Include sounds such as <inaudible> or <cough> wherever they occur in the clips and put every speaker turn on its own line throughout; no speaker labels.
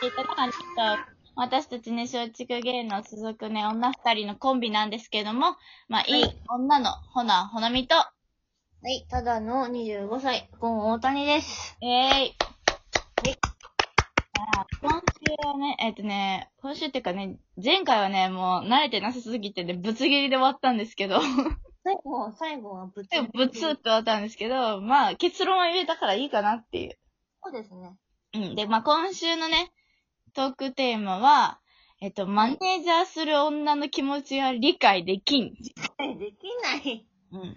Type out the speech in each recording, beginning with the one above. そう。私たちね、松竹芸能続くね、女二人のコンビなんですけども、まあ、いい女の、ほな、ほなみと、
はい、ただの25歳、ゴン大谷です。
えーい。さあ今週はね、えっ、とね、今週っていうかね、前回はね、もう慣れてなさすぎてね、ぶつ切りで終わったんです <laughs> けど、
最後、最後はぶつ。
ぶつって終わったんですけど、まあ結論は言えたからいいかなっていう。
そうですね。
うん。で、まあ、今週のね、トークテーマは、えっと、マネージャーする女の気持ちが理解できん。
できない。
うん。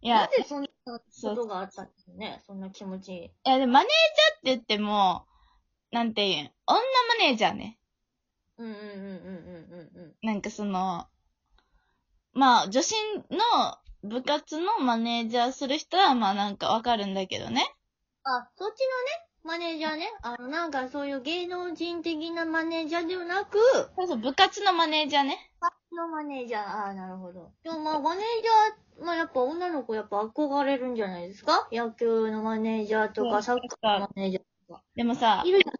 い
な
や、
ぜそんなことがあったんですかね、そんな気持ち。
いや、でもマネージャーって言っても、なんていうん、女マネージャーね。
うんうんうんうんうんうんうん。
なんかその、まあ、女子の部活のマネージャーする人は、まあなんかわかるんだけどね。
あ、そっちのね、マネージャーね、あの、なんかそういう芸能人的なマネージャーではなく、
そうそう、部活のマネージャーね。
のマネージャー、あーなるほど。でもまあ、マネージャー、まあやっぱ女の子やっぱ憧れるんじゃないですか野球のマネージャーと
うん
か、サッカーのマネージャー
でもさ、
いるじゃん。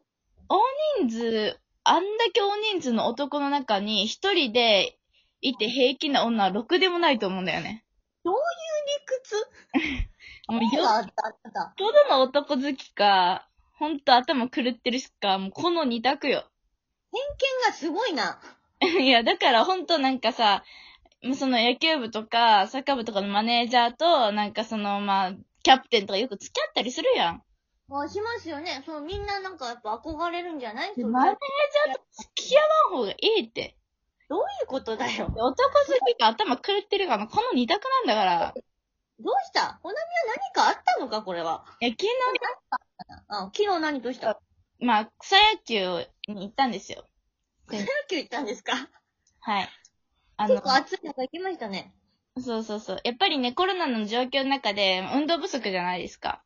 人数、あんだけ大人数の男の中に一人でいて平気な女はろくでもないと思うんだよね。
理屈
もう
何
よっ
があったあった。
ぽどの男好きか、ほんと頭狂ってるしか、もうこの二択よ。 <laughs>
剣がすごいな。
いや、だからほんとなんかさ、その野球部とかサッカー部とかのマネージャーと、なんかそのまあ、キャプテンとかよく付き合ったりするやん。
あ、しますよね。そう、みんななんかやっぱ憧れるんじゃないそ
で
う
マネー
ど
ジャーと付き合わん方がいいって。
ういうことだよ。
男好きか頭狂ってるかのこの二択なんだから。
どうしたほなみは何かあったのかこれは。
いや、昨日
あ、昨日何とした
まあ、草野球に行ったんですよ。
草野球行ったんですか
はい。あ
結
の、
構暑い中行きましたね。
そうそうそう。やっぱりね、コロナの状況の中で運動不足じゃないですか。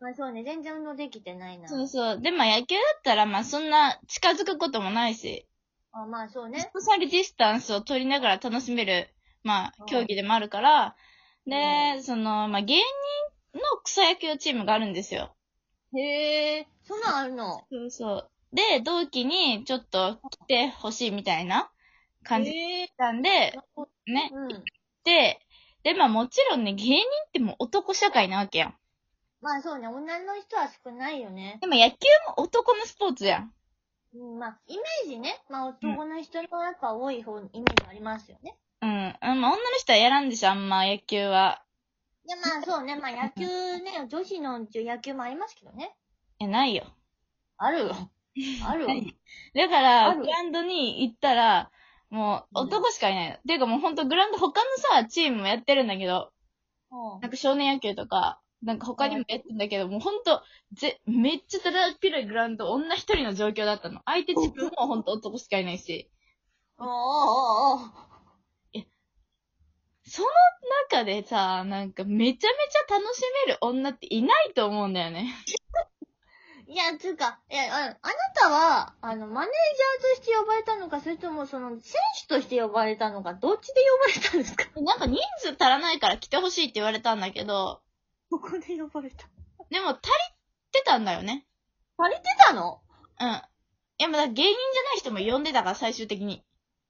まあそうね、全然運動できてないな。
そうそう。で、まあ野球だったら、まあそんな近づくこともないし、
あまあそうね。
ソーシャルディスタンスを取りながら楽しめる、まあ
うん
競技でもあるから、
う
で、その、まあ芸人の草野球チームがあるんですよ。
へえ、そんなんあるの。
そうそう。で、同期にちょっと来てほしいみたいな感じ
へえ。
なんで、ね、
うん。
で、で、まあもちろんね、芸人ってもう男社会なわけやん。
まあそうね、女の人は少ないよね。
でも野球も男のスポーツやん。
うん、まあ、イメージね。まあ男の人のやっぱ多い方、イメージありますよね。
うん。あんまあ女の人はやらんでしょ、あんま野球は。
いや、まあそうね。まあ野球ね、女子の野球もありますけどね。
いや、ないよ。
あ <laughs> るよ。あるよ。
だから、
ある
グラウンドに行ったら、もう男しかいないの。ていうかもうほんとグラウンド他のさ、チームもやってるんだけど、
うん
なんか少年野球とか、なんか他にもやってんだけど、もうほんと、ぜ、めっちゃだらっ広いグラウンド、女一人の状況だったの。相手チームもほんと男しかいないし。
おおおーおー
その中でさ、なんかめちゃめちゃ楽しめる女っていないと思うんだよね。
おーいや、つうか、いや、ああなたは、あの、マネージャーとして呼ばれたのか、それとも、その、選手として呼ばれたのか、どっちで呼ばれたんですか
なんか人数足らないから来てほしいって言われたんだけど、
<laughs> ここで呼ばれた。
でも足りてたんだよね。
足りてたの
うん。いや、まだ芸人じゃない人も呼んでたから、最終的に。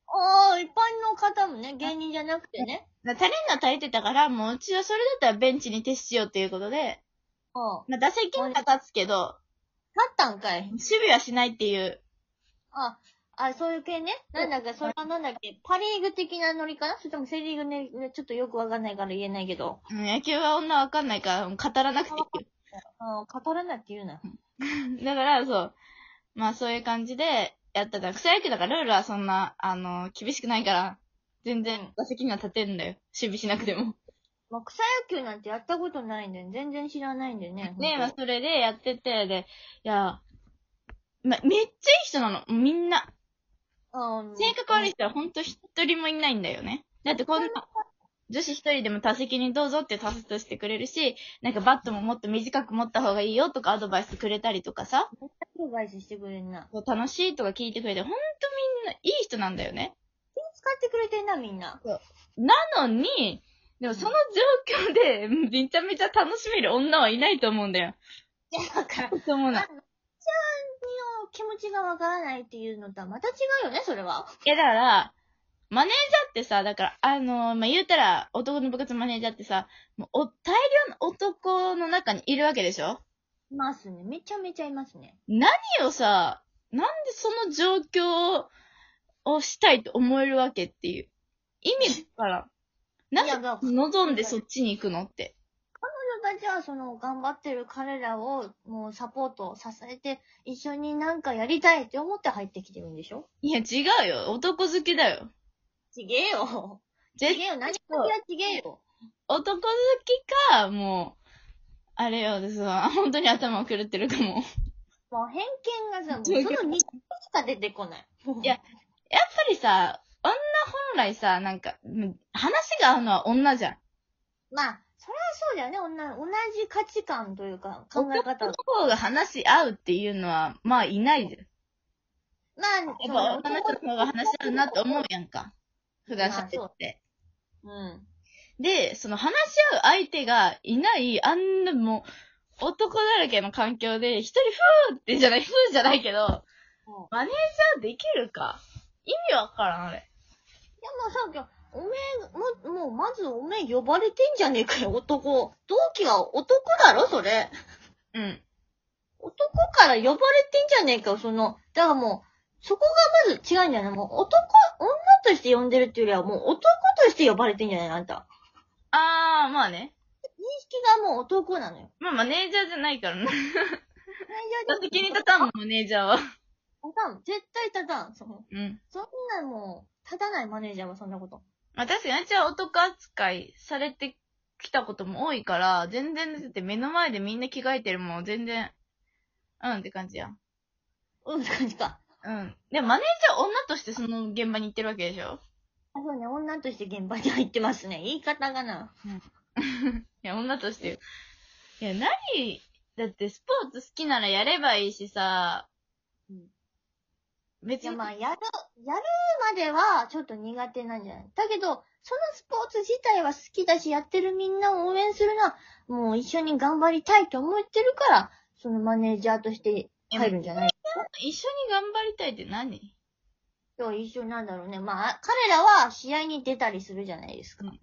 ああ、一般の方もね、芸人じゃなくてね。
だから足りんのは足りてたから、もううちはそれだったらベンチに徹しようということで、
うん。
まあ、打席には立つけど、
立ったんかい。
守備はしないっていう。
あ、あ、そういう系ね。なんだか、それはなんだっけ、パリーグ的なノリかなそれともセリーグね、ねちょっとよくわかんないから言えないけど。
うん野球は女わかんないから、もう語らなくていいよ。
うん、語らないって言うな。
<laughs> だから、そう。まあ、そういう感じで、やってた。草野球だからルールはそんな、あの、厳しくないから、全然打席には立てるんだよ。守備しなくても。
まあ、草野球なんてやったことないんで、全然知らないんでね。
で、まあ
本、
それでやってて、で、いや、まあ、めっちゃいい人なの。みんな。
当うん
性格悪い
い。
人はほんと一人もいないんだよね。だってこんな、女子一人でも多席にどうぞってタスとしてくれるし、なんかバットももっと短く持った方がいいよとかアドバイスくれたりとかさ、
アドバイスしてくれんな。
楽しいとか聞いてくれて、ほんとみんないい人なんだよね。
使ってくれてんな、みんな。
なのに、でもその状況 <laughs> で、めちゃめちゃ楽しめる女はいないと思うんだよ。
いや、だから、
そう思うの。
の気持ちがわからないっていうのとはまた違うよね、それは。
いや、だから、マネージャーってさ、だから、あのーまあ、言うたら、男の部活マネージャーってさ、もうお、大量の男の中にいるわけでしょ
いますね。めちゃめちゃいますね。
何をさ、なんでその状況をしたいと思えるわけっていう。意味だから。なん
いやだか
で
ら
望んでそっちに行くのって。
彼女たちはその頑張ってる彼らをもうサポート支えて一緒になんかやりたいって思って入ってきてるんでしょ
いや、違うよ。男好きだよ。
ちげえよ。ち
絶
げえよ。何もやちげえよ。
男好きか、もう、あれよ、ですわ。本当に頭狂ってるかも。
もう偏見がさ、もうその2個しか出てこ <laughs> ない。
いややっぱりさ、女本来さ、なんか、うん話が合うのは女じゃん。
まあ、それはそうだよね。女同じ価値観というか考え
男
方
の
が。
方が話し合うっていうのは、まあいないじゃん。
まあ、やっ
やっぱ女の人の方が話し合うなって思うやんか。普段喋ってて。
うん。
で、その話し合う相手がいない、あんなもう、男だらけの環境で、一人ふーってじゃない、ふーじゃないけど、
うん
マネージャーできるか。意味わからん、あれ。
いや、まあさ、今日おめえ、も、もう、まずおめえ呼ばれてんじゃねえかよ、男。同期は男だろ、それ。
うん。
男から呼ばれてんじゃねえかよ、その。だからもう、そこがまず違うんだよね。もう男、女として呼んでるっていうよりは、もう男として呼ばれてんじゃないのあんた。
あー、まあね。
認識がもう男なのよ。
まあマネージャーじゃないからな。
マネージャーで
責任立たんもん、マネージャーは。
立たん。絶対立たん。その
<laughs> うん。
そんなもう、立たないマネージャーはそんなこと。
まあ確かに、あっちは男扱いされてきたことも多いから、全然だって目の前でみんな着替えてるもん、全然、うんって感じやん。
うん、って感じか。
うん。でもマネージャーは女としてその現場に行ってるわけでしょ
あ、そうね、女として現場に入ってますね。言い方がな。
いや、女として。いや、何、だってスポーツ好きならやればいいしさ
うん、い
別
や、
に、
まあ、やる、やるまでは、ちょっと苦手なんじゃないだけど、そのスポーツ自体は好きだし、やってるみんなを応援するのは、もう一緒に頑張りたいと思ってるから、そのマネージャーとして入るんじゃない
一緒に頑張りたいって何
と一緒なんだろうね。まあ、彼らは試合に出たりするじゃないです
う
か。
んうん。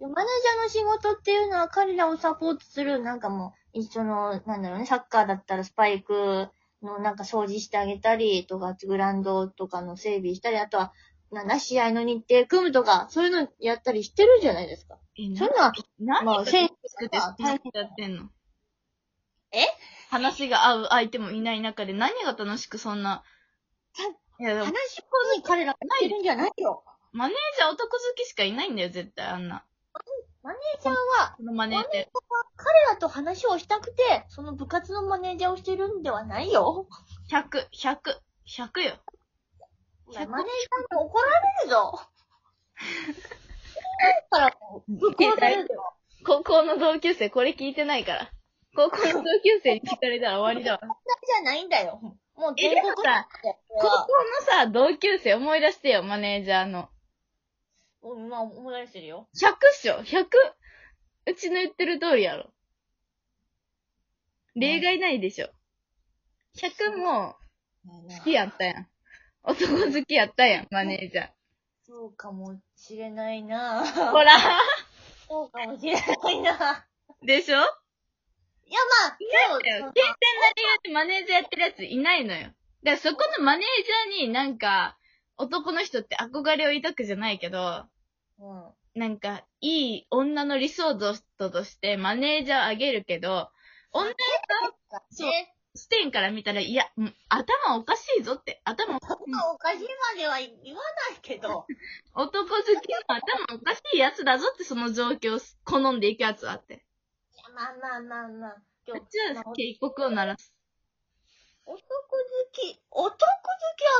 でマネージャーの仕事っていうのは、彼らをサポートする、なんかもう、一緒の、なんだろうね、サッカーだったらスパイクのなんか掃除してあげたりとか、グラウンドとかの整備したり、あとは、なんだ、試合の日程組むとか、そういうのやったりしてるじゃないですか。
え、
そ
な
ういうのは、
何
ま
が
あ選手
作ってそんなことやってんの
え
話が合う相手もいない中で何が楽しくそんな。いや、でも
話し込み彼らが言ってるんじゃないよ。
マネージャー男好きしかいないんだよ、絶対、あんな。
マネージャーは、
このマネー
マ
ジ
ネ
ャー
ージャーは彼らと話をしたくて、その部活のマネージャーをしてるんではないよ。
100、100、100よ。
お前マネージャーに怒られるぞ。 <laughs> だから、ぶっ壊されるぞ。
高校の同級生、これ聞いてないから。高校の同級生に聞かれたら終わりだわ。
じゃないんだよ。もう全
えで
国
もさ
で
<laughs> 高校のさ、同級生思い出してよ、マネージャーの。
うん、まあ、思い出してるよ。
100っしょ ?100? うちの言ってる通りやろ。例外ないでしょ。100も好きやったやん。男好きやったやん、マネージャ
そうかもしれないな
ー。ほら
そうかもしれないないや、ま
でしょ
あ、
そうだ
そ
よ健全な
う
理由でマネージャーやってるやついないのよ。だからそこのマネージャーになんか、男の人って憧れを抱くじゃないけど、
うん。
なんか、いい女の理想像としてマネージャーあげるけど、女のそう
ね
視点から見たら、いや、もう頭おかしいぞって、頭おかしい、
おかしいまでは言わないけど、
男好きの頭おかしいやつだぞって、その状況を好んでいくやつはあって。
いやまあまあまあまあ、今
こ
日
っ、ちは警告を鳴らす。
男好き、男好き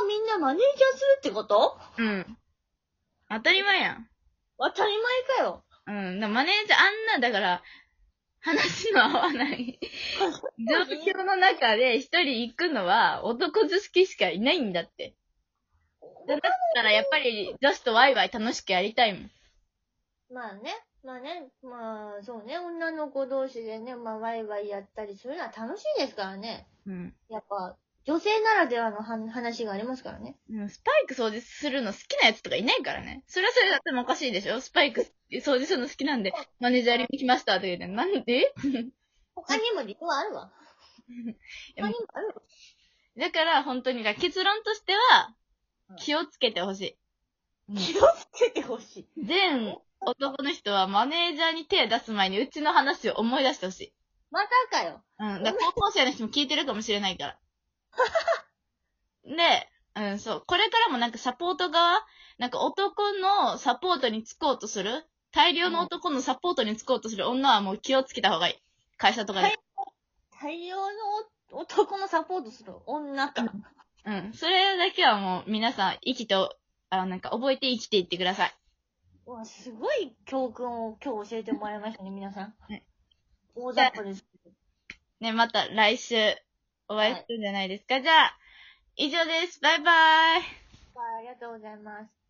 はみんなマネージャーするってこと
うん。当たり前やん。
当たり前かよ。
うん。だマネージャー、あんな、だから、話の合わ <laughs> ない。状況の中で一人行くのは男好きしかいないんだって。だったらやっぱり女子とワイワイ楽しくやりたいもん。
まあね、まあね、まあそうね、女の子同士でね、まあワイワイやったりするのは楽しいですからね。
うん。
やっぱ、女性ならではのは話がありますからね。
うんスパイク掃除するの好きなやつとかいないからね。それはそれだってもおかしいでしょスパイク掃除するの好きなんで、マネージャーに来ましたって言うて、なんで
他にも理由はあるわ。他にもあるわ。
だから本当にだ、結論としては
うん、
気をつけてほしい。
気をつけてほしい。
全男の人はマネージャーに手出す前にうちの話を思い出してほしい。
またかよ。
うん。だから高校生の人も聞いてるかもしれないから。で、うん、そう。これからもなんかサポート側、なんか男のサポートにつこうとする、大量の男のサポートにつこうとする女はもう気をつけた方がいい。会社とかで。
はい大量の男のサポートする女か。
うん。それだけはもう皆さん生きてお、あなんか覚えて生きていってください。
うわ、すごい教訓を今日教えてもらいましたね、皆さん
ね。
大雑把です。
ね、また来週お会いするんじゃないですか。じゃあ、以上です。バイバイ。
ありがとうございます。